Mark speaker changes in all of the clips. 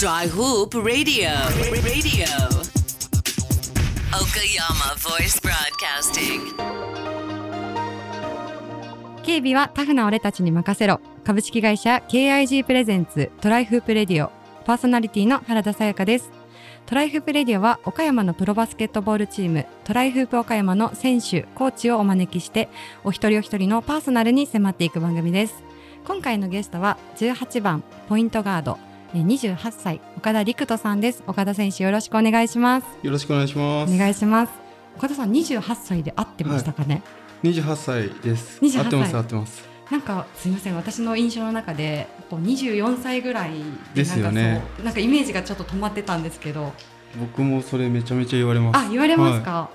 Speaker 1: Dry Hoop Radio. Radio. Okayama Voice Broadcasting.
Speaker 2: 警備はタフな俺たちに任せろ株式会社 KIG プレゼンツトライフープレディオパーソナリティの原田さやかですトライフープレディオは岡山のプロバスケットボールチームトライフープ岡山の選手コーチをお招きしてお一人お一人のパーソナルに迫っていく番組です今回のゲストは18番ポイントガードえー28歳岡田陸人さんです岡田選手よろしくお願いします
Speaker 3: よろしくお願いしま
Speaker 2: お
Speaker 3: す。
Speaker 2: 願いします岡田さん28歳で合ってましたかね、
Speaker 3: 二十八歳です。
Speaker 2: 28歳
Speaker 3: 合ってます合ってます。
Speaker 2: なんかすみません私の印象の中でこう24歳ぐらいで
Speaker 3: ですよね
Speaker 2: なんかそうなんかイメージがちょっと止まってたんですけど
Speaker 3: 僕もそれめちゃめちゃ言われます。
Speaker 2: あ言われますか、
Speaker 3: はい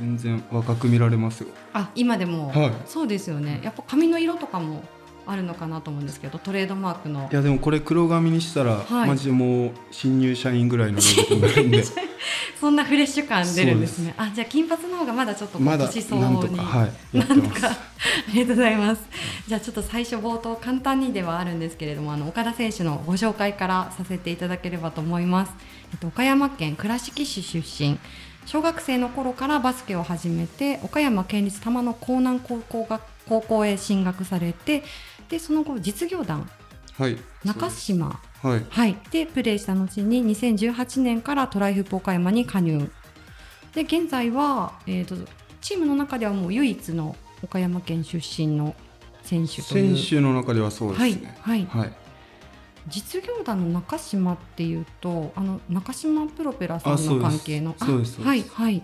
Speaker 3: 全然若く見られますよ。
Speaker 2: あ今でも、
Speaker 3: はい
Speaker 2: そうですよねやっぱ髪の色とかもあるのかなと思うんですけどトレードマークの
Speaker 3: いやでもこれ黒髪にしたら、
Speaker 2: はい
Speaker 3: マジでもう新入社員ぐらいのレベルになるん で、
Speaker 2: そんなフレッシュ感出るんですねあじゃあ金髪の方がまだちょっとこう
Speaker 3: まだ
Speaker 2: 年相応
Speaker 3: な
Speaker 2: に
Speaker 3: んとかはいやって
Speaker 2: なんと
Speaker 3: ます。
Speaker 2: かありがとうございますじゃあちょっと最初冒頭簡単にではあるんですけれどもあの岡田選手のご紹介からさせていただければと思います、えっと、岡山県倉敷市出身小学生の頃からバスケを始めて岡山県立玉野江南高校が高校へ進学されてでその後実業団
Speaker 3: はい。
Speaker 2: 中島
Speaker 3: そうはい。
Speaker 2: はい、でプレーした後に2018年からトライフポ岡山に加入で現在は、えー、とチームの中ではもう唯一の岡山県出身の選手とい
Speaker 3: 選
Speaker 2: う
Speaker 3: 手の中ではそうですね。
Speaker 2: はいは
Speaker 3: はい。
Speaker 2: 実業団の中島っていうとあの中島プロペラさ
Speaker 3: あ
Speaker 2: ん
Speaker 3: そう
Speaker 2: の
Speaker 3: です
Speaker 2: 関係の
Speaker 3: そうですそうです
Speaker 2: はいはい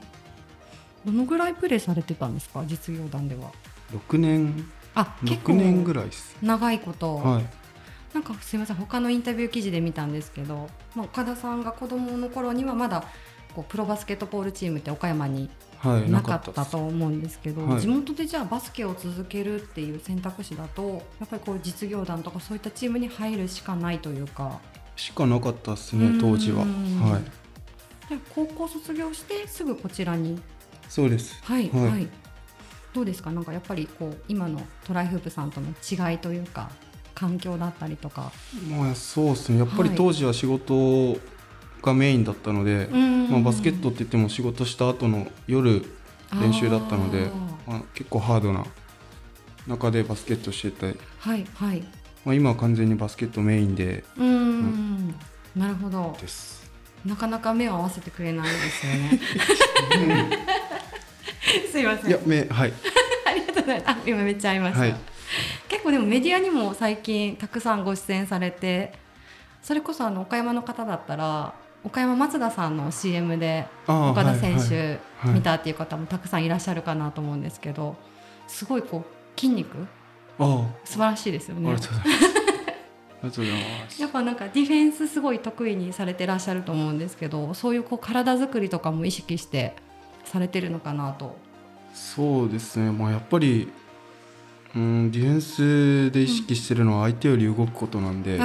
Speaker 2: どのぐらいプレーされてたんですか実業団では
Speaker 3: 六年
Speaker 2: あ結構
Speaker 3: 六年ぐらいです。
Speaker 2: 長いこと、
Speaker 3: はい。
Speaker 2: なんかすみません他のインタビュー記事で見たんですけど、まあ、岡田さんが子供の頃にはまだこうプロバスケットボールチームって岡山に
Speaker 3: はい。
Speaker 2: なかっ
Speaker 3: で
Speaker 2: た
Speaker 3: す
Speaker 2: と思うんですけど
Speaker 3: はい
Speaker 2: 地元でじゃあバスケを続けるっていう選択肢だとやっぱりこう実業団とかそういったチームに入るしかないというか
Speaker 3: しかなかったです
Speaker 2: う
Speaker 3: ね
Speaker 2: ん
Speaker 3: 当時は。はい。
Speaker 2: じゃあ高校卒業してすぐこちらに
Speaker 3: そうです。
Speaker 2: はいは、
Speaker 3: はいい
Speaker 2: どうですかなんかやっぱりこう今のトライフープさんとの違いというか環境だったりとか。
Speaker 3: まあそうですねやっぱり
Speaker 2: はい
Speaker 3: 当時は仕事がメインだったので、ま
Speaker 2: ま
Speaker 3: あ、バスケットって言っても仕事した後の夜、練習だったのでまあ、結構ハードな中でバスケットしてて、
Speaker 2: はいはい
Speaker 3: まあ、今は完全にバスケットメインで
Speaker 2: うーん、なるほど
Speaker 3: です
Speaker 2: なかなか目を合わせてくれないですよね すいませ
Speaker 3: い
Speaker 2: ん
Speaker 3: やめはい
Speaker 2: ありがとうございますあ今めっちゃ合いました、
Speaker 3: はい
Speaker 2: 結構でもメディアにも最近たくさんご出演されてそれこそあの岡山の方だったら岡山松田さんの CM で
Speaker 3: あー
Speaker 2: 岡田
Speaker 3: はい
Speaker 2: 選
Speaker 3: はい
Speaker 2: 手
Speaker 3: い
Speaker 2: 見たっていう方もたくさんいらっしゃるかなと思うんですけどすごいこう筋肉
Speaker 3: あ
Speaker 2: 素晴らしいですよ
Speaker 3: ああり
Speaker 2: ね
Speaker 3: がとう ございますありがとうございます
Speaker 2: やっぱなんかディフェンスすごい得意にされてらっしゃると思うんですけどそういうこう体作りとかも意識してされてるのかなと。
Speaker 3: そうですねまあやっぱりうんディフェンスで意識してるのは相手より動くことなんで、
Speaker 2: あー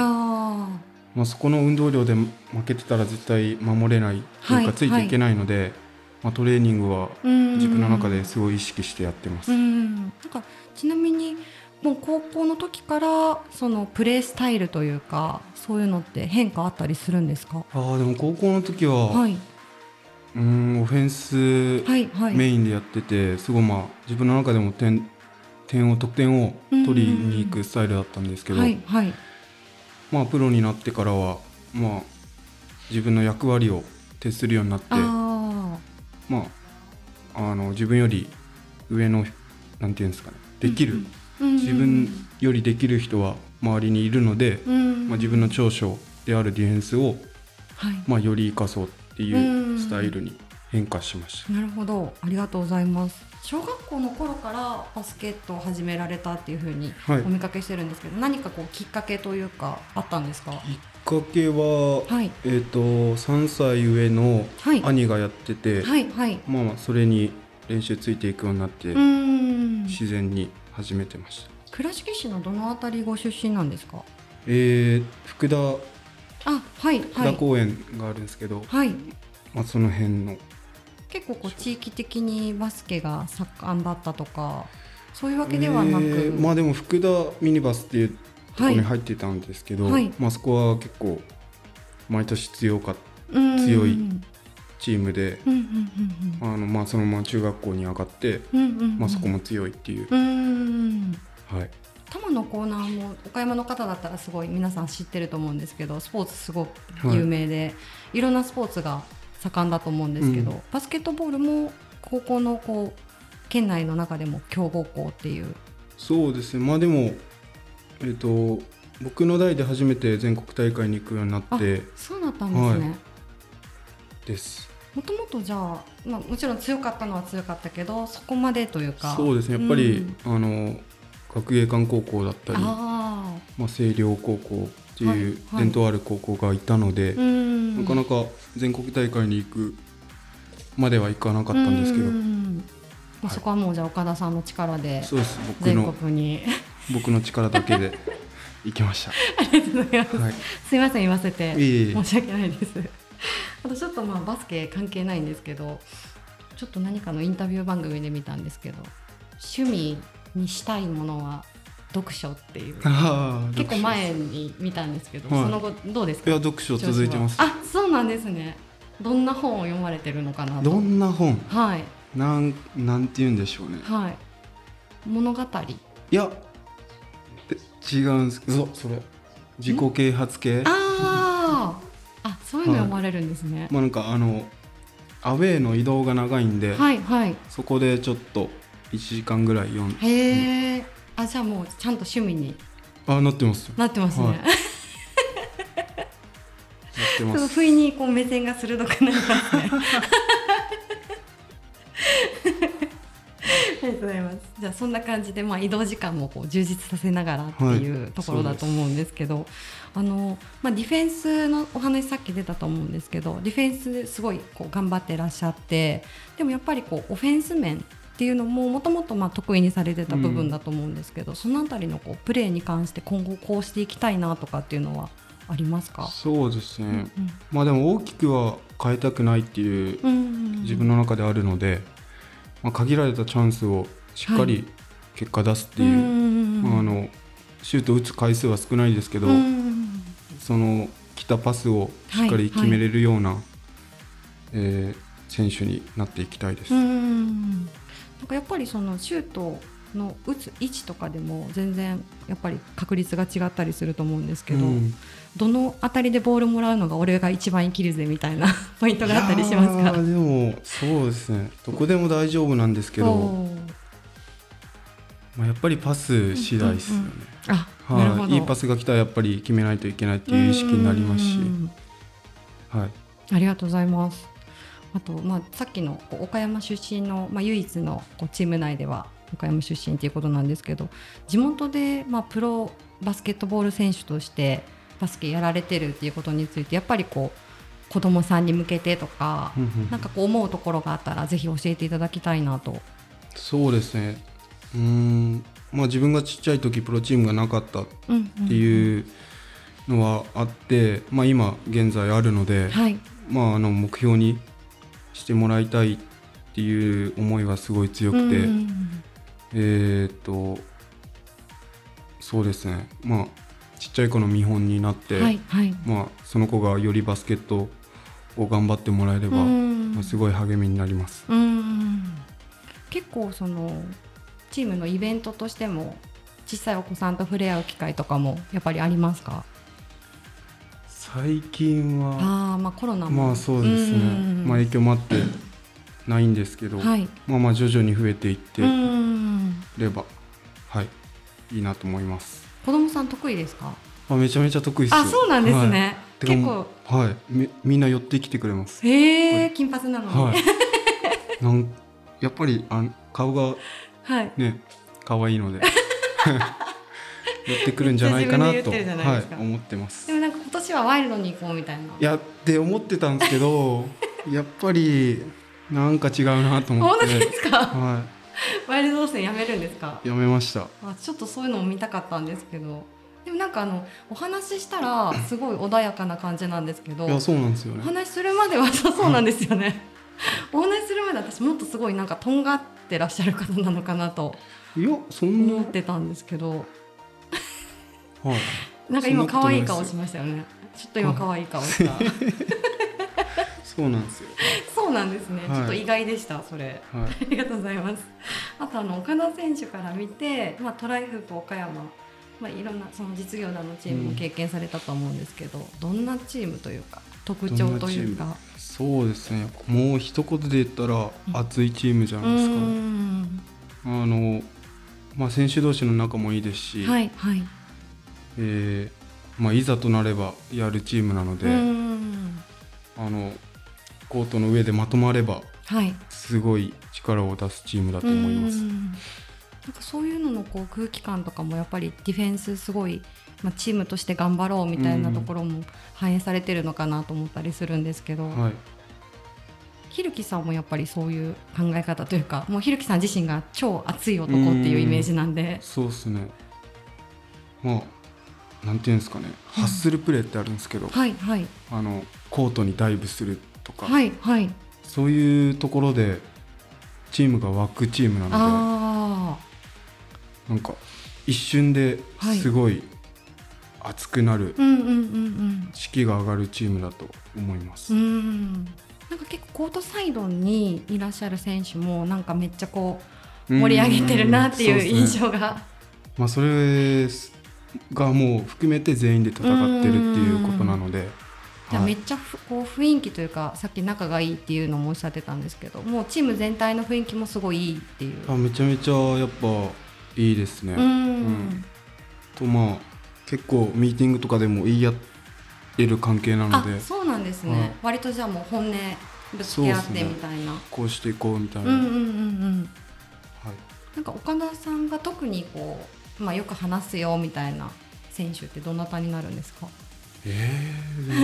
Speaker 3: まあ、そこの運動量で負けてたら絶対守れないという
Speaker 2: はい
Speaker 3: かついていけないので、まあ、トレーニングは
Speaker 2: うん
Speaker 3: 自分の中ですごい意識してやってます、
Speaker 2: うんなんかちなみにもう高校の時からそのプレースタイルというかそういうのって変化あったりするんですか
Speaker 3: あーでも高校の時は、
Speaker 2: はい、
Speaker 3: うんオフェンス
Speaker 2: はいはい
Speaker 3: メインでやっててすごいまあ自分の中でも点点を得点を取りに行くスタイルだったんですけど、
Speaker 2: はいはい
Speaker 3: まあ、プロになってからは、まあ、自分の役割を徹するようになって
Speaker 2: あ
Speaker 3: まあ、あの自分より上のなんていうんですかねできる、
Speaker 2: ーうん
Speaker 3: 自分よりできる人は周りにいるので、
Speaker 2: うん
Speaker 3: まあ、自分の長所であるディフェンスを、
Speaker 2: はい
Speaker 3: まあ、より生かそうっていうスタイルに変化しました。
Speaker 2: なるほど、ありがとうございます。小学校の頃からバスケットを始められたっていうふうに
Speaker 3: はい
Speaker 2: お見かけしてるんですけど、何かこうきっかけというかあったんですか？
Speaker 3: きっかけは、
Speaker 2: はい
Speaker 3: えー、と3歳上の
Speaker 2: はい
Speaker 3: 兄がやってて、
Speaker 2: はいはい。
Speaker 3: まあ、それに練習ついていくようになって、
Speaker 2: うーん。
Speaker 3: 自然に始めてました。
Speaker 2: 倉敷市のどのあたりご出身なんですか？
Speaker 3: えー福田
Speaker 2: あ、はい
Speaker 3: 福
Speaker 2: は
Speaker 3: 田
Speaker 2: い。
Speaker 3: 公園があるんですけど、
Speaker 2: はい。
Speaker 3: まあ、その辺の
Speaker 2: 結構こう地域的にバスケが盛んだったとか、そういうわけではなく、
Speaker 3: えーまあでも福田ミニバスっていうところ
Speaker 2: はい
Speaker 3: に入ってたんですけど、
Speaker 2: はい
Speaker 3: まあそこは結構毎年強かっ
Speaker 2: うん
Speaker 3: 強い
Speaker 2: うん
Speaker 3: チームで、
Speaker 2: うん
Speaker 3: あのまあ、そのまま中学校に上がって、
Speaker 2: うんうんうんうん
Speaker 3: まあ、そこも強いっていう、
Speaker 2: うん
Speaker 3: はい、
Speaker 2: 多摩のコーナーも岡山の方だったらすごい皆さん知ってると思うんですけどスポーツすごく有名で、い、ろんなスポーツが盛んだと思うんですけど、
Speaker 3: うん
Speaker 2: バスケットボールも高校のこう県内の中でも強豪校っていう。
Speaker 3: そうですねまあでもえっ、と僕の代で初めて全国大会に行くようにな
Speaker 2: あ
Speaker 3: って
Speaker 2: そうだったんですね、
Speaker 3: はです
Speaker 2: もともとじゃあ、まあ、もちろん強かったのは強かったけどそこまでというか
Speaker 3: そうですねやっぱり、
Speaker 2: うん
Speaker 3: あの学芸館高校だったり
Speaker 2: あ
Speaker 3: まあ、星稜高校っていう
Speaker 2: はいはい
Speaker 3: 伝統ある高校がいたので、
Speaker 2: あうん
Speaker 3: なかなか全国大会に行くまでは行かなかったんですけど、
Speaker 2: うんまあ、
Speaker 3: はい
Speaker 2: そこはもうじゃあ岡田さんの力で
Speaker 3: そうです僕
Speaker 2: 全
Speaker 3: の
Speaker 2: 国に
Speaker 3: 僕の力だけで行きました。はい、
Speaker 2: すいません言わせて
Speaker 3: いえいえ
Speaker 2: 申し訳ないですあとちょっとまあバスケ関係ないんですけどちょっと何かのインタビュー番組で見たんですけど趣味にしたいものは読書っていう
Speaker 3: あー
Speaker 2: 結構
Speaker 3: 読
Speaker 2: 前に見たんですけど、
Speaker 3: はい
Speaker 2: その後どうです
Speaker 3: 書い
Speaker 2: か
Speaker 3: や読書続いてます
Speaker 2: 調子。はあそうなんですねどんな本を読まれてるのかなと
Speaker 3: どんな本
Speaker 2: はい
Speaker 3: なんなんて言うんでしょうね。
Speaker 2: はい物語
Speaker 3: いやえ違うんですけどそれ自己啓発系
Speaker 2: あーあそういうの
Speaker 3: はい
Speaker 2: 読まれるんですね、
Speaker 3: まあなんかあのアウェーの移動が長いんで、
Speaker 2: はいはい
Speaker 3: そこでちょっと1時間ぐらい読ん
Speaker 2: へえあじゃあもうちゃんと趣味に
Speaker 3: あなってますよ
Speaker 2: なってますね、
Speaker 3: はいやって
Speaker 2: そ
Speaker 3: ま
Speaker 2: の
Speaker 3: す。
Speaker 2: 不意にこう目線が鋭くなりますね。ありがとうございます。じゃあそんな感じでまあ移動時間もこう充実させながらっていう
Speaker 3: はい
Speaker 2: ところだと思うんですけど、あのまあディフェンスのお話さっき出たと思うんですけど、ディフェンスすごいこう頑張ってらっしゃって、でもやっぱりこうオフェンス面っていうのももともとまあ得意にされてた部分だと思うんですけど、そのあたりのこうプレーに関して今後こうしていきたいなとかっていうのはありますか？
Speaker 3: そうですね、
Speaker 2: うん
Speaker 3: まあでも大きくは変えたくないっていう自
Speaker 2: 自
Speaker 3: 分の中であるので、まあ、限られたチャンスをしっかり結果出すっていう、まああのシュート打つ回数は少ないですけど、その来たパスをしっかり決めれるような、えー選手になっていきたいです。
Speaker 2: なんかやっぱりそのシュートの打つ位置とかでも全然やっぱり確率が違ったりすると思うんですけど、
Speaker 3: うん
Speaker 2: どのあたりでボールもらうのが俺が一番生きるぜみたいな ポイントがあったりします
Speaker 3: いや
Speaker 2: か
Speaker 3: ーでもそうですねどこでも大丈夫なんですけど、
Speaker 2: おー
Speaker 3: まあ、やっぱりパス次第ですよね。
Speaker 2: うんうんあ、なるほ
Speaker 3: は
Speaker 2: ど
Speaker 3: い、いいパスが来たらやっぱり決めないといけないっていう意識になりますし
Speaker 2: う、ん
Speaker 3: はい、
Speaker 2: ありがとうございます。あと、まあ、さっきのこう岡山出身の、まあ、唯一のこうチーム内では岡山出身ということなんですけど地元で、まあ、プロバスケットボール選手としてバスケやられてるっていうことについてやっぱりこう子供さんに向けてとか
Speaker 3: うんうん
Speaker 2: なんかこう思うところがあったらぜひ教えていただきたいなと。
Speaker 3: そうですねうーんまあ自分がちっちゃい時プロチームがなかったっ
Speaker 2: うんうん
Speaker 3: ていうのはあって、まあ、今現在あるので、
Speaker 2: はい、
Speaker 3: まあ、あの目標にしてもらいたいっていう思いはすごい強くて、
Speaker 2: うんうんうん
Speaker 3: えーっとそうですねまあちっちゃい子の見本になって、
Speaker 2: はいはい
Speaker 3: まあ、その子がよりバスケットを頑張ってもらえれば、
Speaker 2: うん
Speaker 3: まあ、すごい励みになります。
Speaker 2: うん結構そのチームのイベントとしても小さいお子さんと触れ合う機会とかもやっぱりありますか
Speaker 3: 最近は
Speaker 2: ああまあコロナも
Speaker 3: まあそうですね、
Speaker 2: うん
Speaker 3: まあ、影響もあってないんですけど、
Speaker 2: はい
Speaker 3: まあまあ徐々に増えていって
Speaker 2: うん
Speaker 3: れば、はいいいなと思います。
Speaker 2: 子供さん得意ですか
Speaker 3: あめちゃめちゃ得意ですよ
Speaker 2: あそうなんです
Speaker 3: はい
Speaker 2: ね、
Speaker 3: てか
Speaker 2: 結構
Speaker 3: はいみみんな寄ってきてくれます。
Speaker 2: へえ金髪なのに
Speaker 3: はい なんやっぱりあん顔が
Speaker 2: はい
Speaker 3: ね可愛いので 寄ってくるんじゃないかな
Speaker 2: めっち
Speaker 3: と
Speaker 2: ゃ自分で言ってるじゃないですか
Speaker 3: はい、思ってます
Speaker 2: でもなんか今年はワイルドに行こうみたいない
Speaker 3: やって思ってたんですけどやっぱりなんか違うなと思っ
Speaker 2: 本当
Speaker 3: て
Speaker 2: ですか
Speaker 3: は
Speaker 2: ワイルド路線やめるんですか
Speaker 3: いやめました
Speaker 2: あちょっとそういうのも見たかったんですけどでもなんかあのお話ししたらすごい穏やかな感じなんですけど
Speaker 3: いやそうなんですよ
Speaker 2: お
Speaker 3: ね
Speaker 2: 話しするまではそうなんですよねお話しするまで私もっとすごいなんかとんがってらっしゃる方なのかなと
Speaker 3: いやそんな
Speaker 2: 思ってたんですけど
Speaker 3: はい
Speaker 2: なんか今可愛い顔しましたよねちょっと今可愛い 顔した
Speaker 3: そうなんですよ。
Speaker 2: そうなんですね、
Speaker 3: はい
Speaker 2: ちょっと意外でしたそれ
Speaker 3: はい
Speaker 2: ありがとうございますあとあの岡田選手から見て、まあ、トライフープ岡山、まあ、いろんなその実業団のチームも経験されたと思うんですけど、どんなチームというか特徴というか
Speaker 3: そうですね。もう一言で言ったら
Speaker 2: ん
Speaker 3: 熱いチームじゃ
Speaker 2: う
Speaker 3: ないですか。
Speaker 2: ーん
Speaker 3: あのまあ選手同士の仲もいいですし、
Speaker 2: はいはい
Speaker 3: えーまあいざとなればやるチームなの
Speaker 2: う
Speaker 3: で、
Speaker 2: ーん
Speaker 3: あのコートの上でまとまれば
Speaker 2: はい
Speaker 3: すごい力を出すチームだと思います
Speaker 2: う。んなんかそういうののこう空気感とかもやっぱりディフェンスすごい、まあ、チームとして頑張ろうみたいなところも反映されてるのかなと思ったりするんですけど、
Speaker 3: はい。
Speaker 2: ひるきさんもやっぱりそういう考え方というかもうひるきさん自身が超熱い男っていうイメージなんで
Speaker 3: そうですね。まあなんていうんですかね、ハッスルプレーってあるんですけど、
Speaker 2: はいはい
Speaker 3: あのコートにダイブするとか、
Speaker 2: はいはい
Speaker 3: そういうところでチームが湧くチームなので
Speaker 2: あ
Speaker 3: なんか一瞬で
Speaker 2: はい
Speaker 3: すごい熱くなる、
Speaker 2: あうんうんうん
Speaker 3: 士気が上がるチームだと思います、
Speaker 2: うんうんなんか結構コートサイドにいらっしゃる選手もなんかめっちゃこう盛り上げてるなっていう印
Speaker 3: うんそう
Speaker 2: 象
Speaker 3: っすね
Speaker 2: が
Speaker 3: まあ、それがもう含めて全員で戦ってるっていうことなので、
Speaker 2: じゃあ
Speaker 3: は
Speaker 2: め
Speaker 3: い
Speaker 2: っちゃふこう雰囲気というかさっき仲がいいっていうのもおっしゃってたんですけどもうチーム全体の雰囲気もすごいいいっていう。
Speaker 3: あめちゃめちゃやっぱいいですね、
Speaker 2: う
Speaker 3: うん
Speaker 2: ん
Speaker 3: とまあ結構ミーティングとかでも言い合える関係なの
Speaker 2: あ
Speaker 3: で
Speaker 2: そうなんですね、
Speaker 3: はい
Speaker 2: 割とじゃあもう本音ぶつけ合っ
Speaker 3: そうってすね
Speaker 2: みたいなう,、
Speaker 3: こうしていこうみたいな、
Speaker 2: んうん
Speaker 3: はい、
Speaker 2: うんうんなんか岡田さんが特にこう、まあ、よく話すよみたいな選手ってどなたになるんですか
Speaker 3: えー、 で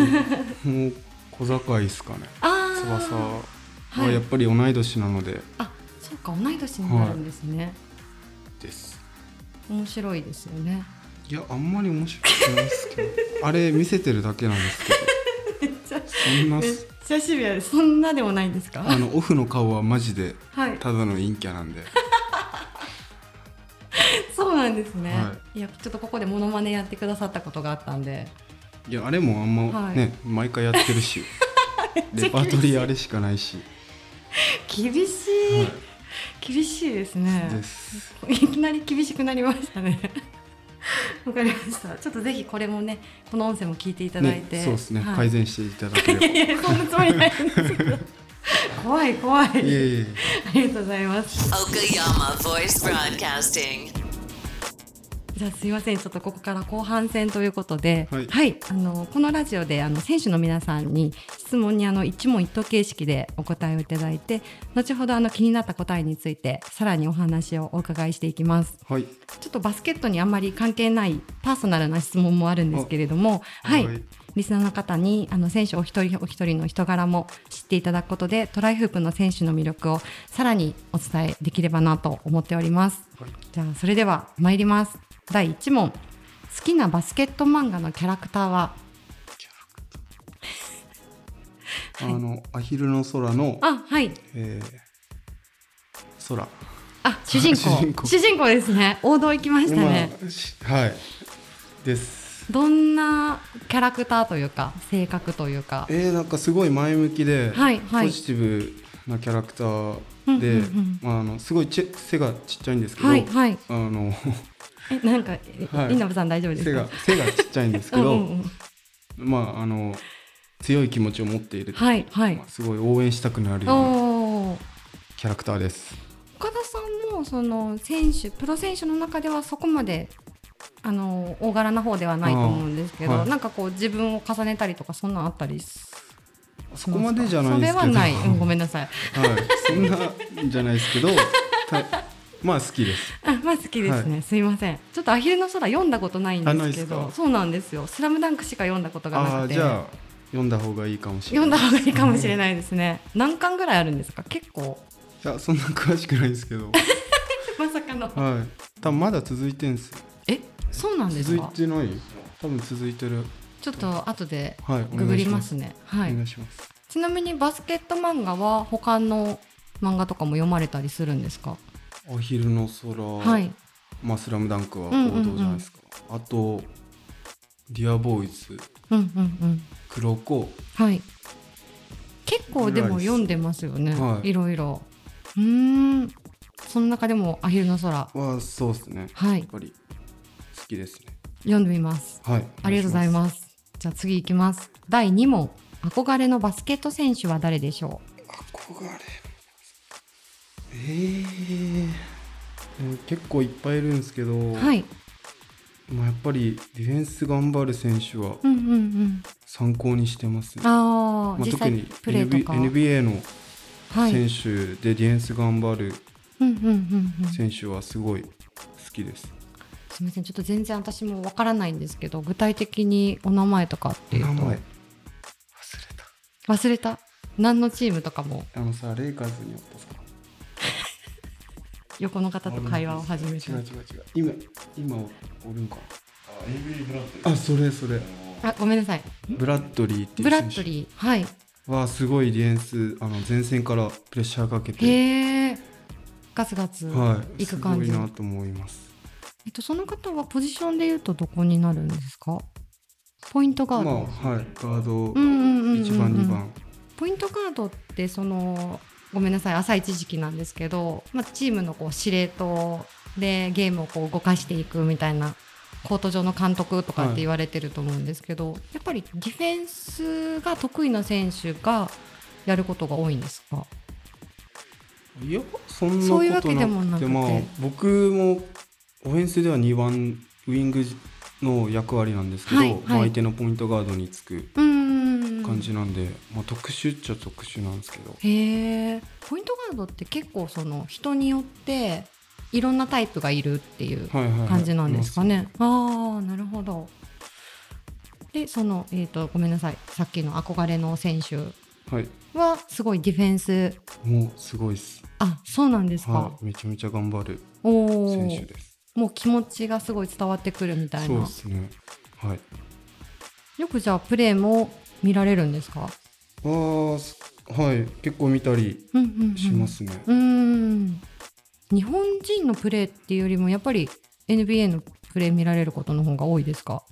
Speaker 3: ももう小坂井ですかね
Speaker 2: あー
Speaker 3: 翼は
Speaker 2: はい
Speaker 3: やっぱり同い年なので
Speaker 2: あそうか同い年になるんですね、
Speaker 3: です、
Speaker 2: 面白いですよね
Speaker 3: い、やあんまり面白くないです けどあれ見せてるだけなんですけど
Speaker 2: めっちゃ
Speaker 3: そんな
Speaker 2: めっちゃシビアですそんなでもないんですか
Speaker 3: あのオフの顔はマジで
Speaker 2: はい
Speaker 3: ただの陰キャなんで
Speaker 2: そうなんですね、、
Speaker 3: はい
Speaker 2: やちょっとここでモノマネやってくださったことがあったんで
Speaker 3: いやあれもあんま
Speaker 2: はい
Speaker 3: ね、毎回やって るしレパートリーあれしかないし、
Speaker 2: 厳しい、
Speaker 3: は
Speaker 2: 厳しいですね
Speaker 3: い、です
Speaker 2: いきなり厳しくなりましたね。 わかりました。ちょっとぜひこれもね、この音声も聞いていただい
Speaker 3: ね
Speaker 2: て、、
Speaker 3: そうですね、
Speaker 2: はい
Speaker 3: 改善していただければい
Speaker 2: いやいや、そんなつもりないんですけ ど。怖い怖い。あ
Speaker 3: えいえいえ
Speaker 2: りがとうございます。
Speaker 1: Okayama Voice Broadcasting.
Speaker 2: じゃあすいません、ちょっとここから後半戦ということで、
Speaker 3: はい
Speaker 2: あのこのラジオであの選手の皆さんに質問にあの一問一答形式でお答えをいただいて、後ほどあの気になった答えについてさらにお話をお伺いしていきます。
Speaker 3: はい
Speaker 2: ちょっとバスケットにあんまり関係ないパーソナルな質問もあるんですけれども、
Speaker 3: あ
Speaker 2: はい、
Speaker 3: はい
Speaker 2: リスナーの方にあの選手お一人お一人の人柄も知っていただくことで、トライフープの選手の魅力をさらにお伝えできればなと思っております。
Speaker 3: はい
Speaker 2: じゃあそれでは参ります。第一問、好きなバスケット漫画のキャラクターは、
Speaker 3: あのアヒルの空の、
Speaker 2: あ、はい、
Speaker 3: えー、空
Speaker 2: あ、主人公、
Speaker 3: 主人公
Speaker 2: 主人公ですね。王道行きましたね。
Speaker 3: 今しはいです
Speaker 2: どんなキャラクターというか、性格というか、
Speaker 3: えー、なんかすごい前向きで、
Speaker 2: はいはい
Speaker 3: ポジティブなキャラクター
Speaker 2: うんう
Speaker 3: で
Speaker 2: んうん
Speaker 3: まああのすごいち背がちっちゃいんですけど、
Speaker 2: はいはい。
Speaker 3: あ の
Speaker 2: えなんか、え
Speaker 3: はい
Speaker 2: リンナブさん大丈夫です
Speaker 3: 背
Speaker 2: か
Speaker 3: が背がちっちゃいんですけど、
Speaker 2: うんうんうん
Speaker 3: まああの強い気持ちを持っている、
Speaker 2: はいはい
Speaker 3: まあ、すごい応援したくなる
Speaker 2: お
Speaker 3: ような
Speaker 2: おー
Speaker 3: キャラクターです。
Speaker 2: 岡田さんもその選手プロ選手の中ではそこまであの大柄な方ではないと思うんですけど、
Speaker 3: あーはい
Speaker 2: なんかこう自分を重ねたりとかそんなんあったりし
Speaker 3: そこまでじゃないですけど、
Speaker 2: それはない、
Speaker 3: は
Speaker 2: うんごめんなさい
Speaker 3: い、そんなんじゃないですけど、たまあ好きです。
Speaker 2: あまあ好きですね、すいませんちょっと「アヒルの空」読んだことないん
Speaker 3: あない
Speaker 2: です
Speaker 3: で
Speaker 2: け
Speaker 3: す
Speaker 2: ど
Speaker 3: か
Speaker 2: そうなんですよ「スラムダンクしか読んだことがな
Speaker 3: ああ
Speaker 2: く
Speaker 3: ー
Speaker 2: て
Speaker 3: じゃあ読んだ方がいいかもしれ
Speaker 2: 読
Speaker 3: ない。
Speaker 2: んだ方がいいかもしれないですね何巻ぐらいあるんですか結構
Speaker 3: いやそんな詳しくないですけ ど、
Speaker 2: まさかの
Speaker 3: はい。多分まだ続いてんすよ。
Speaker 2: えそうなんです
Speaker 3: 続い
Speaker 2: か
Speaker 3: てない？多分続いてる。
Speaker 2: ちょっと後で
Speaker 3: はい。
Speaker 2: ググります
Speaker 3: ね。
Speaker 2: ね。は
Speaker 3: お
Speaker 2: い
Speaker 3: 願。いします。
Speaker 2: ちなみにバスケット漫画は他の漫画とかも読まれたりするんですか。
Speaker 3: お昼の空。
Speaker 2: はい。
Speaker 3: まあスラムダンクは王道じゃないですか。あとディアボーイズ
Speaker 2: うんうんうん
Speaker 3: 黒子
Speaker 2: はい結構でも読んでますよね、
Speaker 3: はい
Speaker 2: い、ろいろうーんその中でも「アヒルの空
Speaker 3: はそうですね」や
Speaker 2: はい
Speaker 3: っぱり好きですね
Speaker 2: 読んでみます
Speaker 3: はい
Speaker 2: ありがとうございますじゃあ次いきます第2問憧れのバスケット選手は誰でしょう
Speaker 3: 憧れえーでも結構いっぱいいるんですけど、
Speaker 2: はい
Speaker 3: まあ、やっぱりディフェンス頑張る選手は
Speaker 2: うんうんうん
Speaker 3: 参考にしてますね、
Speaker 2: あー、
Speaker 3: まあ、
Speaker 2: 実
Speaker 3: 特
Speaker 2: 際
Speaker 3: に
Speaker 2: プレーと
Speaker 3: NB
Speaker 2: か
Speaker 3: NBA の
Speaker 2: はい
Speaker 3: 選手でディフェンス頑張る
Speaker 2: うんうんうんうん
Speaker 3: 選手はすごい好きです、
Speaker 2: すみませんちょっと全然私もわからないんですけど具体的にお名前とかっていうと
Speaker 3: 名前忘れ
Speaker 2: 忘れた何のチームとかも
Speaker 3: たあのさレイカーズにおったさ
Speaker 2: 横の方と会話を始めて
Speaker 3: 違う違う違う今今おるんかな
Speaker 4: あ、AV ブランド
Speaker 3: あそれそれ
Speaker 2: あごめんなさい
Speaker 3: ブラッドリーっていう
Speaker 2: ブラッ
Speaker 3: 選
Speaker 2: ド
Speaker 3: 手
Speaker 2: リーはい
Speaker 3: はすごいディフェンスあの前線からプレッシャーかけて、
Speaker 2: へえガツガツ
Speaker 3: はい、
Speaker 2: いく感じ、
Speaker 3: すごいなと思います
Speaker 2: えっとその方はポジションで言うとどこになるんですかポイントガー
Speaker 3: ま
Speaker 2: ド、
Speaker 3: あはいガード
Speaker 2: うんうんうんうんうん
Speaker 3: 1番2番
Speaker 2: ポイントガードってそのごめんなさい浅い知識なんですけど、まあ、チームのこう司令塔でゲームをこう動かしていくみたいなコート上の監督とかって言われてると思うんですけど、やっぱりディフェンスが得意な選手がやることが多いんですか
Speaker 3: いやそん
Speaker 2: そういう
Speaker 3: な
Speaker 2: わ
Speaker 3: こと
Speaker 2: けでもなく
Speaker 3: なく
Speaker 2: て
Speaker 3: てまあ僕もオフェンスでは2番ウイングの役割なんですけど、
Speaker 2: はいはい
Speaker 3: まあ相手のポイントガードにつく
Speaker 2: うーん
Speaker 3: 感じなんで、まあ、特殊っちゃ特殊なんですけど
Speaker 2: へえポイントガードって結構その人によっていろんなタイプがいるっていう
Speaker 3: はいはいはい
Speaker 2: 感じなんですかね。ああなるほど。でその、えー、とごめんなさいさっきの憧れの選手
Speaker 3: はい
Speaker 2: はすごいディフェンス
Speaker 3: もうすごいっす、
Speaker 2: あそうなんですか、
Speaker 3: はい、めちゃめちゃ頑張る
Speaker 2: お
Speaker 3: 選手
Speaker 2: お
Speaker 3: です
Speaker 2: もう気持ちがすごい伝わってくるみたい
Speaker 3: そうで
Speaker 2: な
Speaker 3: すねはい
Speaker 2: よくじゃあプレーも見られるんですか、
Speaker 3: あーすはい結構見たり
Speaker 2: うんうんうん
Speaker 3: しますね、
Speaker 2: うーん日本人のプレーっていうよりもやっぱり NBA のプレー見られることの方が多いですか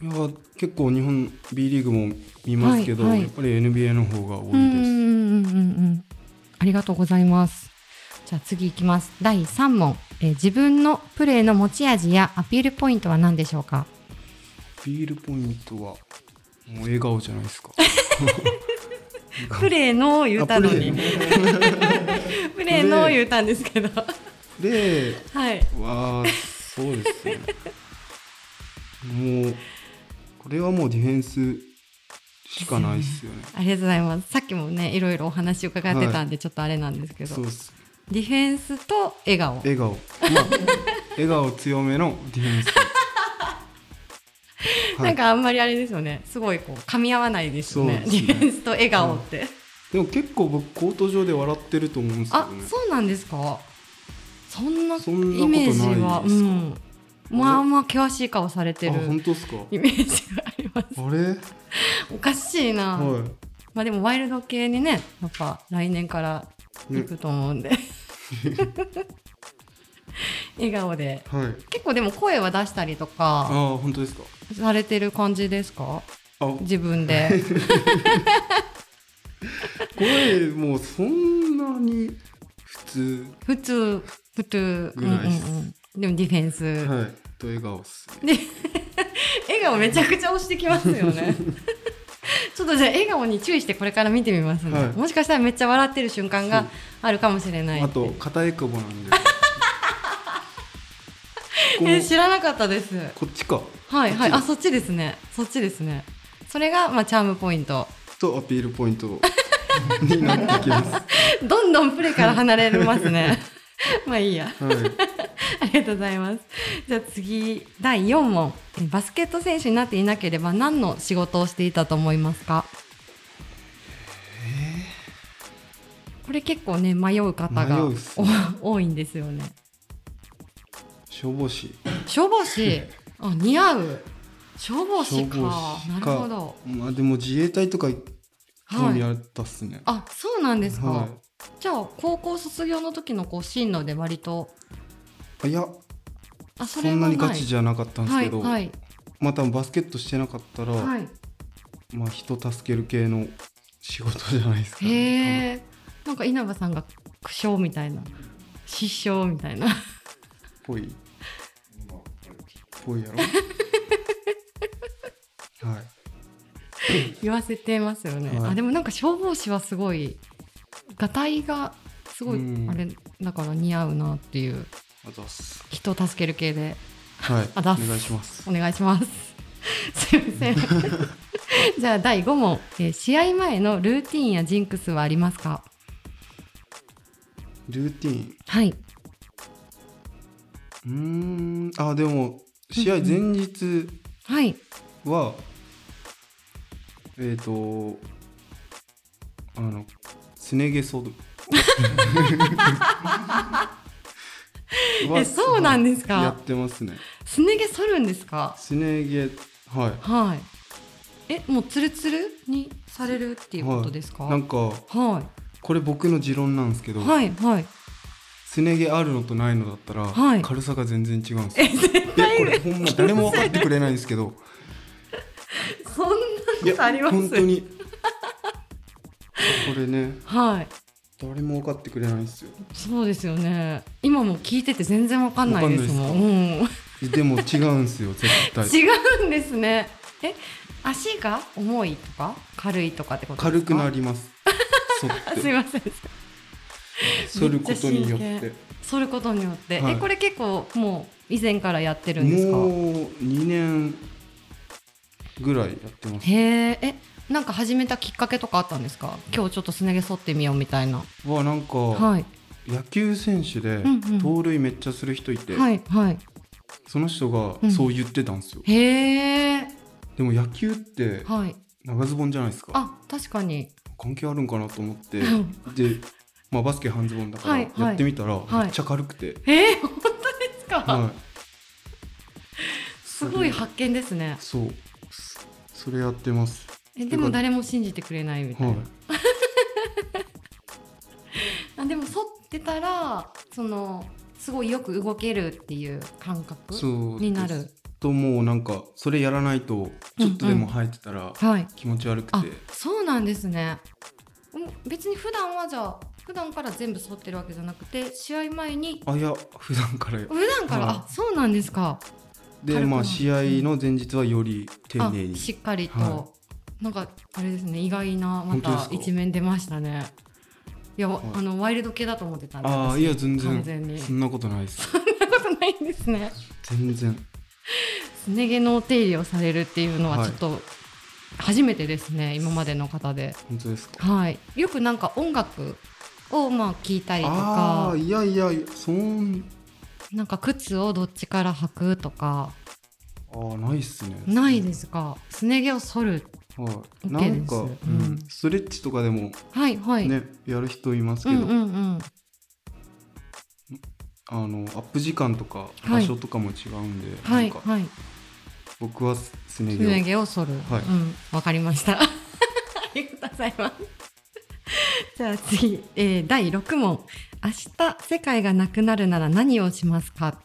Speaker 3: いや結構日本 B リーグも見ますけど、
Speaker 2: はいはい
Speaker 3: やっぱり NBA の方が多
Speaker 2: うーん
Speaker 3: い
Speaker 2: う
Speaker 3: です、
Speaker 2: んうんうんありがとうございますじゃあ次いきます第3問、えー自分のプレーの持ち味やアピールポイントは何でしょうか
Speaker 3: ビールポイントはもう笑顔じゃないです か
Speaker 2: プレーの言うたのにプレーの言うたんですけど
Speaker 3: プレー
Speaker 2: はい
Speaker 3: はそうですねもうこれはもうディフェンスしかないっすよね
Speaker 2: ありがとうございますさっきもねいろいろお話伺ってたんでちょっとあれなんですけど、
Speaker 3: そうっす
Speaker 2: ディフェンスと笑顔
Speaker 3: 笑顔まあ笑顔強めのディフェンスはい
Speaker 2: なんかあんまりあれですよねすごいこう噛み合わないですよね
Speaker 3: そう
Speaker 2: デ
Speaker 3: です
Speaker 2: ィ
Speaker 3: ね
Speaker 2: フェンスと笑顔って、
Speaker 3: でも結構僕コート上で笑ってると思うんですけど
Speaker 2: あ
Speaker 3: ね
Speaker 2: そうなんですかそんな
Speaker 3: そんなこと
Speaker 2: イメージは
Speaker 3: ないで
Speaker 2: う
Speaker 3: すか
Speaker 2: んまあまあ険しい顔されて
Speaker 3: あ本
Speaker 2: る
Speaker 3: 当ですか
Speaker 2: イメージがあり ます
Speaker 3: あれ
Speaker 2: おかしいな、
Speaker 3: は
Speaker 2: まあでもワイルド系にねやっぱ来年から
Speaker 3: い、ね
Speaker 2: 行くと思うんで、 笑顔で
Speaker 3: はい
Speaker 2: 結構でも声は出したりと
Speaker 3: あ
Speaker 2: か
Speaker 3: あ本当ですか
Speaker 2: されてる感じですか
Speaker 3: あ
Speaker 2: 自分 で
Speaker 3: 声もうそんなに普通
Speaker 2: 普通普通
Speaker 3: ぐらいです
Speaker 2: うんうんうん、でもディフェンス、
Speaker 3: はいと笑顔っすね
Speaker 2: 笑顔めちゃくちゃ押してきますよね ちょっとじゃあ笑顔に注意してこれから見てみますね、
Speaker 3: はい
Speaker 2: もしかしたらめっちゃ笑ってる瞬間があるかもしれない
Speaker 3: あと片エクボなん でここも
Speaker 2: え知らなかったです
Speaker 3: こっちか
Speaker 2: はいはい
Speaker 3: こっ
Speaker 2: あ
Speaker 3: ち
Speaker 2: そっちですねそっちですねそれがまあチャームポイント
Speaker 3: とアピールポイントになってき ます
Speaker 2: どんどんプレから離れます ねまあいいや
Speaker 3: はい
Speaker 2: ありがとうございますじゃあ次第4問えバスケット選手になっていなければ何の仕事をしていたと思いますかこれ結構ね迷う方が
Speaker 3: 迷うっす
Speaker 2: お多いんですよね
Speaker 3: 消防士
Speaker 2: 消防士あ似合う消防士か
Speaker 3: 消防士
Speaker 2: なる
Speaker 3: か
Speaker 2: ほど
Speaker 3: まあでも自衛隊とか興
Speaker 2: は
Speaker 3: 味
Speaker 2: い
Speaker 3: あったっすね、
Speaker 2: あそうなんですか、
Speaker 3: は
Speaker 2: じゃあ高校卒業の時のこう進路で割と
Speaker 3: い、いや
Speaker 2: あそ
Speaker 3: そ
Speaker 2: れは
Speaker 3: んな
Speaker 2: ない
Speaker 3: にガチじゃなかったんですけど、
Speaker 2: はいはい
Speaker 3: またバスケットしてなかったら、
Speaker 2: はい。
Speaker 3: まあ人助ける系の仕事じゃないですか、
Speaker 2: へえ。なんか稲葉さんが苦笑みたいな。失笑みた いな。
Speaker 3: 多分ぽいぽいやろ はい
Speaker 2: 言わせてますよね。
Speaker 3: はい
Speaker 2: あでもなんか消防士はすごい。がたいが。すごい、
Speaker 3: うん
Speaker 2: あれだから似合うなっていう
Speaker 3: あざっす
Speaker 2: 人を助ける系で
Speaker 3: はい
Speaker 2: あざっす
Speaker 3: お願いします
Speaker 2: お願いします。 すいま せん。じゃあ第5問、えー試合前のルーティンやジンクスはありますか。
Speaker 3: ルーティン
Speaker 2: はい。
Speaker 3: うーんあでも試合前日
Speaker 2: はい。
Speaker 3: は、えっ、とあのすね毛剃る
Speaker 2: えそうなんです
Speaker 3: や
Speaker 2: か
Speaker 3: っ。てますね
Speaker 2: すね毛剃るんですか。
Speaker 3: すね毛はい
Speaker 2: はい。えもうツルツルにされるっていうことですか。
Speaker 3: はい、なんか
Speaker 2: は
Speaker 3: これ僕の持論なんですけ
Speaker 2: い
Speaker 3: ど、
Speaker 2: はいはい。
Speaker 3: すね毛あるのとないのだったら、
Speaker 2: はい
Speaker 3: 軽さが全然違うんですよえこれほんま誰も分かってくれないんですけ ど
Speaker 2: そん
Speaker 3: い
Speaker 2: なこ
Speaker 3: や
Speaker 2: とあります。
Speaker 3: 本当にこれね
Speaker 2: はい。
Speaker 3: 誰も分かってくれないんですよ
Speaker 2: そうですよね。今も聞いてて全然わかんないですも
Speaker 3: わ
Speaker 2: ん。
Speaker 3: か
Speaker 2: うん。
Speaker 3: でも違うんですよ絶対
Speaker 2: 違うんですね。え、足が重いとか軽いとかってことで
Speaker 3: 軽
Speaker 2: すか。
Speaker 3: くなります剃
Speaker 2: あ。
Speaker 3: っ
Speaker 2: すい
Speaker 3: て
Speaker 2: ません。
Speaker 3: 剃ることによっ
Speaker 2: めっちゃ
Speaker 3: て
Speaker 2: そういうことによって、
Speaker 3: は
Speaker 2: え、
Speaker 3: い
Speaker 2: これ結構もう以前からやってるんですか。
Speaker 3: もう2年ぐらいやってます
Speaker 2: へえ、え、なんか始めたきっかけとかあったんですか。今日ちょっとすね毛剃ってみようみたいな。
Speaker 3: はなんか、
Speaker 2: はい。
Speaker 3: 野球選手で
Speaker 2: んうん
Speaker 3: 盗塁めっちゃする人いて、
Speaker 2: はいはい。
Speaker 3: その人がそう言ってたんですよ、
Speaker 2: へえ。
Speaker 3: でも野球って
Speaker 2: はい。
Speaker 3: 長ズボンじゃないですか
Speaker 2: あ、確かに。
Speaker 3: 関係あるんかなと思って
Speaker 2: うん
Speaker 3: で、まあ、バスケ半ズボンだか
Speaker 2: は
Speaker 3: ら
Speaker 2: いはい
Speaker 3: やってみたら
Speaker 2: はい
Speaker 3: めっちゃ軽くて、
Speaker 2: えー、本当ですか。
Speaker 3: はい
Speaker 2: すごい発見ですね。
Speaker 3: そうそれやってます
Speaker 2: えでも誰も信じてくれないみたい
Speaker 3: はい
Speaker 2: な。あでも剃ってたらそのすごいよく動けるっていう感覚
Speaker 3: そう
Speaker 2: にな
Speaker 3: で
Speaker 2: る
Speaker 3: す。ともうなんかそれやらないとちょっとでも生えてたら
Speaker 2: はい。
Speaker 3: 気持ち悪くて、
Speaker 2: あそうなんですね。うん別に普段はじゃあ普段から全部剃ってるわけじゃなくて試合前に
Speaker 3: あいや普段からや
Speaker 2: 普段から、
Speaker 3: はい
Speaker 2: あそうなんですか。軽く
Speaker 3: で
Speaker 2: なる
Speaker 3: まあ試合の前日はより丁
Speaker 2: あ
Speaker 3: 寧に
Speaker 2: しっかりと、
Speaker 3: は
Speaker 2: なんかあれですね意外なま
Speaker 3: 本当です
Speaker 2: た
Speaker 3: か
Speaker 2: 一面出ましたね。いや、
Speaker 3: はい
Speaker 2: あのワイルド系だと思ってたんで
Speaker 3: ああ
Speaker 2: 私
Speaker 3: いや全
Speaker 2: 完
Speaker 3: 然
Speaker 2: 全に
Speaker 3: そんなことな いです
Speaker 2: そん なことないんですね。
Speaker 3: 全然
Speaker 2: すね毛のお手入れをされるっていうのは
Speaker 3: はい
Speaker 2: ちょっと初めてですね、今までの方で、
Speaker 3: 本当ですか
Speaker 2: はい、よくなんか音楽をまあ聞いたりと
Speaker 3: ああ
Speaker 2: か
Speaker 3: ーいやいやいやそん
Speaker 2: なんか靴をどっちから履くとか
Speaker 3: あーないっすね
Speaker 2: ないですかすね毛を剃る
Speaker 3: はい、
Speaker 2: OK
Speaker 3: なん
Speaker 2: で
Speaker 3: か、
Speaker 2: す
Speaker 3: うん
Speaker 2: うん
Speaker 3: ストレッチとかでもね、
Speaker 2: はいはい、
Speaker 3: やる人います
Speaker 2: う
Speaker 3: け
Speaker 2: ん
Speaker 3: ど、
Speaker 2: うんうん
Speaker 3: あのアップ時間とか
Speaker 2: は
Speaker 3: 場
Speaker 2: い
Speaker 3: 所とかも違うんで、
Speaker 2: はい
Speaker 3: なんか
Speaker 2: はい
Speaker 3: 僕はすね
Speaker 2: す
Speaker 3: 毛を
Speaker 2: ね毛を剃る
Speaker 3: はい
Speaker 2: うんわかりました ありがとうございます じゃあ次、えー、第6問明日世界がなくなるなら何をしますか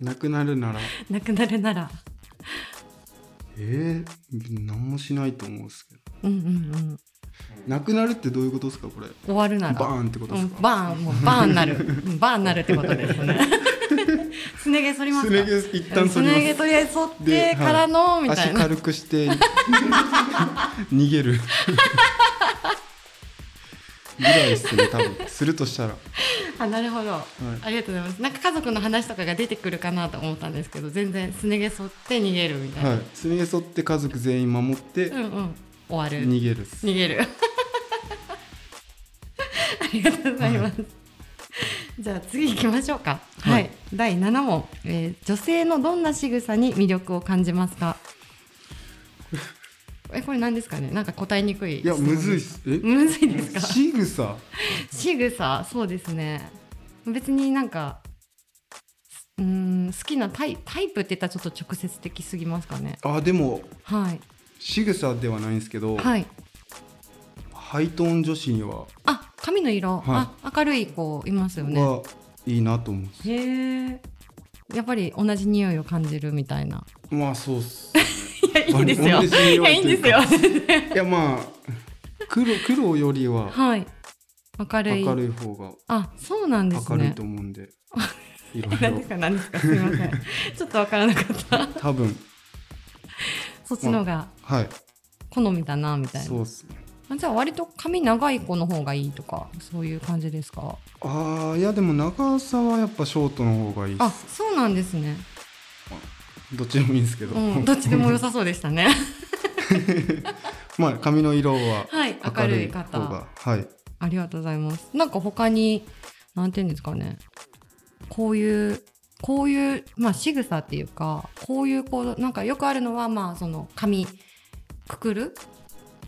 Speaker 3: なくなるなら
Speaker 2: なくなるなら
Speaker 3: えー、何もしないと思うんですけど
Speaker 2: うんうんうん
Speaker 3: なくなるってどういうことですかこれ
Speaker 2: 終わるなら
Speaker 3: バーンってこと
Speaker 2: う
Speaker 3: です
Speaker 2: ん
Speaker 3: か、
Speaker 2: バーンもうバーンなるうんバーンなるってことです ねすね毛剃ります
Speaker 3: す
Speaker 2: か
Speaker 3: ね毛一旦
Speaker 2: す
Speaker 3: 剃ります
Speaker 2: ね毛とりあえず剃っ
Speaker 3: では
Speaker 2: て
Speaker 3: い
Speaker 2: からのみたい
Speaker 3: 足
Speaker 2: な、
Speaker 3: 軽くし て逃げるぐらいっすね多分するとしたら
Speaker 2: あなるほど、ありがとうございますなんか家族の話とかが出てくるかなと思ったんですけど全然すね毛剃って逃げるみたいな、
Speaker 3: はいすね毛剃って家族全員守って
Speaker 2: うんうん終わる
Speaker 3: 逃げるっす、
Speaker 2: 逃げる ありがとうございます、じゃあ次行きましょうかは
Speaker 3: はい
Speaker 2: い、第7問、えー女性のどんな仕草に魅力を感じますか えこれ何ですかねなんか答えにくい
Speaker 3: いや
Speaker 2: 質問
Speaker 3: むずいっすえ
Speaker 2: むずいですか
Speaker 3: 仕草
Speaker 2: 仕草そうですね別になんかうーん好きなタイタイプって言ったらちょっと直接的すぎますかね
Speaker 3: あでも
Speaker 2: はい
Speaker 3: 仕草ではないんですけど、
Speaker 2: はい
Speaker 3: ハイトーン女子には、
Speaker 2: あ髪の色、
Speaker 3: は
Speaker 2: あ明るい子いますよね
Speaker 3: はいいなと思うんです
Speaker 2: へえやっぱり同じ匂いを感じるみたいな。
Speaker 3: まあそうっす。
Speaker 2: いや、いいんですよ。
Speaker 3: 同
Speaker 2: い
Speaker 3: じ匂いとうか
Speaker 2: や、いいんですよ。
Speaker 3: いやまあ黒黒よりは
Speaker 2: はい。明るい。
Speaker 3: 明るい方が
Speaker 2: あ、そうなんです
Speaker 3: 明るい
Speaker 2: ね
Speaker 3: と。思うんで、いろい
Speaker 2: 何で
Speaker 3: ろ
Speaker 2: すか、何ですか、すみません。 ちょっとわからなかった。
Speaker 3: 多分
Speaker 2: そっちのが
Speaker 3: はい
Speaker 2: 好みだなみたい
Speaker 3: そう
Speaker 2: な。
Speaker 3: っすね。
Speaker 2: あじゃあ、割と髪長い子の方がいいとか、そういう感じですか。
Speaker 3: ああいやでも長さはやっぱショートの方がいいっ
Speaker 2: あ、
Speaker 3: す。
Speaker 2: そうなんですね。
Speaker 3: どっちでもいいんですけど。
Speaker 2: うん、どっちでも良さそうでしたね。
Speaker 3: まあ髪の色は
Speaker 2: はい、明
Speaker 3: 明
Speaker 2: る
Speaker 3: るい
Speaker 2: い
Speaker 3: 方
Speaker 2: 方。
Speaker 3: がはい。
Speaker 2: ありがとうございます。なんか他に、なんていうんですかね。こういう、こういう、まあ仕草っていうか、こういう行動、なんかよくあるのは、まあその髪くくる、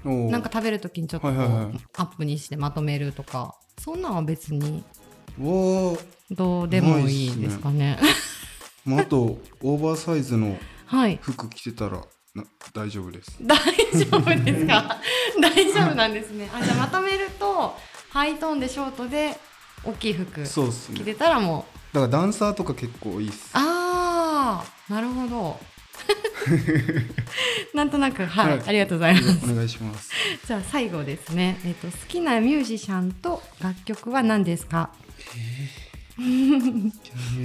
Speaker 3: おお。
Speaker 2: なんか食べるときにちょっと
Speaker 3: はいはいはい
Speaker 2: アップにしてまとめるとか、そんなんは別に
Speaker 3: おー
Speaker 2: どうでもいいですかね。
Speaker 3: まああとオーバーサイズの
Speaker 2: はい。
Speaker 3: 服着てたらな大丈夫です。
Speaker 2: 大丈夫です か大丈夫なんですね。あ、じゃあまとめると、ハイトーンでショートで大きい服
Speaker 3: そうっす
Speaker 2: 着
Speaker 3: ね。
Speaker 2: てたらもう、
Speaker 3: だからダンサーとか結構いいっす。
Speaker 2: ああ、なるほ ど。なんとなく、はい、
Speaker 3: はい
Speaker 2: ありがとうございます。
Speaker 3: お願いし ます。
Speaker 2: じゃあ、最後ですね。えっ、と、好きなミュージシャンと楽曲は何ですか。
Speaker 3: ピアノミュ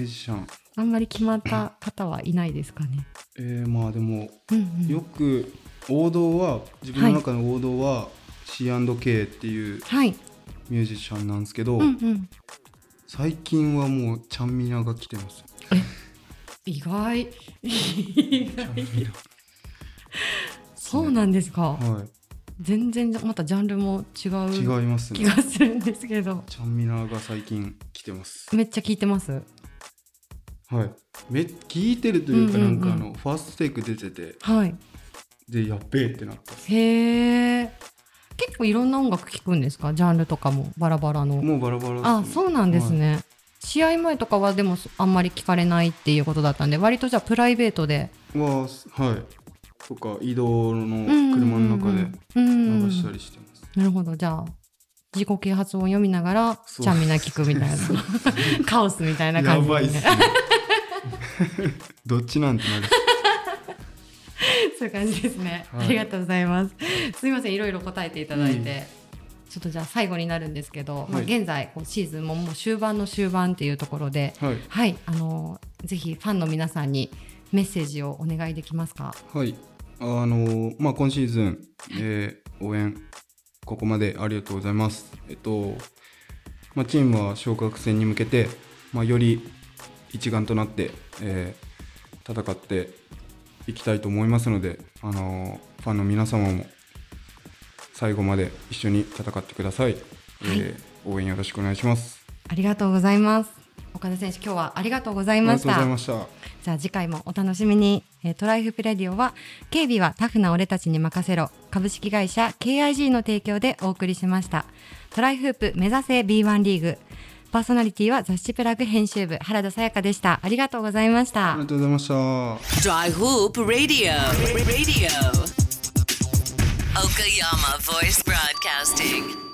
Speaker 3: ージシャン。
Speaker 2: あんまり決まった方はいないですかね。
Speaker 3: えー、まあでも
Speaker 2: うんう
Speaker 3: よ
Speaker 2: ん、
Speaker 3: く王道は自分の中の王道は C&K っていう
Speaker 2: はい、
Speaker 3: ミュージシャンなんですけど、
Speaker 2: うんうん、
Speaker 3: 最近はもうちゃんみなが来てます。
Speaker 2: 意外。意外。そうなんですか。
Speaker 3: は
Speaker 2: 全然、またジャンルも違
Speaker 3: い、
Speaker 2: う
Speaker 3: 違います
Speaker 2: 気
Speaker 3: ね。
Speaker 2: がするんですけど。
Speaker 3: ちゃんみなが最近来てます。
Speaker 2: めっちゃ聞いてます。
Speaker 3: はい。め聞いてるというか、
Speaker 2: うんう
Speaker 3: な
Speaker 2: う
Speaker 3: ん
Speaker 2: ん
Speaker 3: んかあの、ファーストテイク出てて、
Speaker 2: はい。
Speaker 3: で、やっべえってなった。
Speaker 2: へえ。結構いろんな音楽聴くんですかジャンルとかもバラバラの。
Speaker 3: もうバラバラですね、
Speaker 2: あ、そうなんですね。試合前とかはでもそあんまり聞かれないっていうことだったんで、割とじゃあプライベートで
Speaker 3: はい。は、はい。とか、移動の
Speaker 2: うんうん
Speaker 3: 車の中で
Speaker 2: うんうん
Speaker 3: 流したりしてます。
Speaker 2: なるほど、じゃあ自己啓発本読みながら
Speaker 3: そう
Speaker 2: ちゃんみな聞くみたいな カオスみたいな感じ
Speaker 3: やばいっ
Speaker 2: です
Speaker 3: ね
Speaker 2: ね。。
Speaker 3: どっちなんてなる。
Speaker 2: そういう感じですね。
Speaker 3: はい
Speaker 2: ありがとうございます。すみません、いろいろ答えていただいて。ちょっとじゃあ最後になるんですけど、まあ、
Speaker 3: はい
Speaker 2: 現在こうシーズンももう終盤の終盤っていうところで、
Speaker 3: はい。
Speaker 2: はい、あのぜひファンの皆さんにメッセージをお願いできますか。
Speaker 3: はい。あのーまあ、今シーズン、えー応援、ここまでありがとうございます。えっと、まあ、チームは昇格戦に向けて、まあ、より一丸となって、えー戦っていきたいと思いますので、あのーファンの皆様も最後まで一緒に戦ってください。えー応援よろしくお願いします。
Speaker 2: ありがとうございます。岡田選手、今日はありがとうござい
Speaker 3: あり
Speaker 2: ま
Speaker 3: が
Speaker 2: し
Speaker 3: とうござ
Speaker 2: た
Speaker 3: い。ました。
Speaker 2: じゃあ次回もお楽しみに。えートライフプレディオは、警備はタフな俺たちに任せろ。株式会社 KIG の提供でお送りしました。トライフープ目指せ B1 リーグ。パーソナリティは雑誌プラグ編集部原田さやかでした。ありがとうございました
Speaker 3: あり。がとうございました。
Speaker 1: Dry Hoop Radio. Radio. Okayama Voice Broadcasting.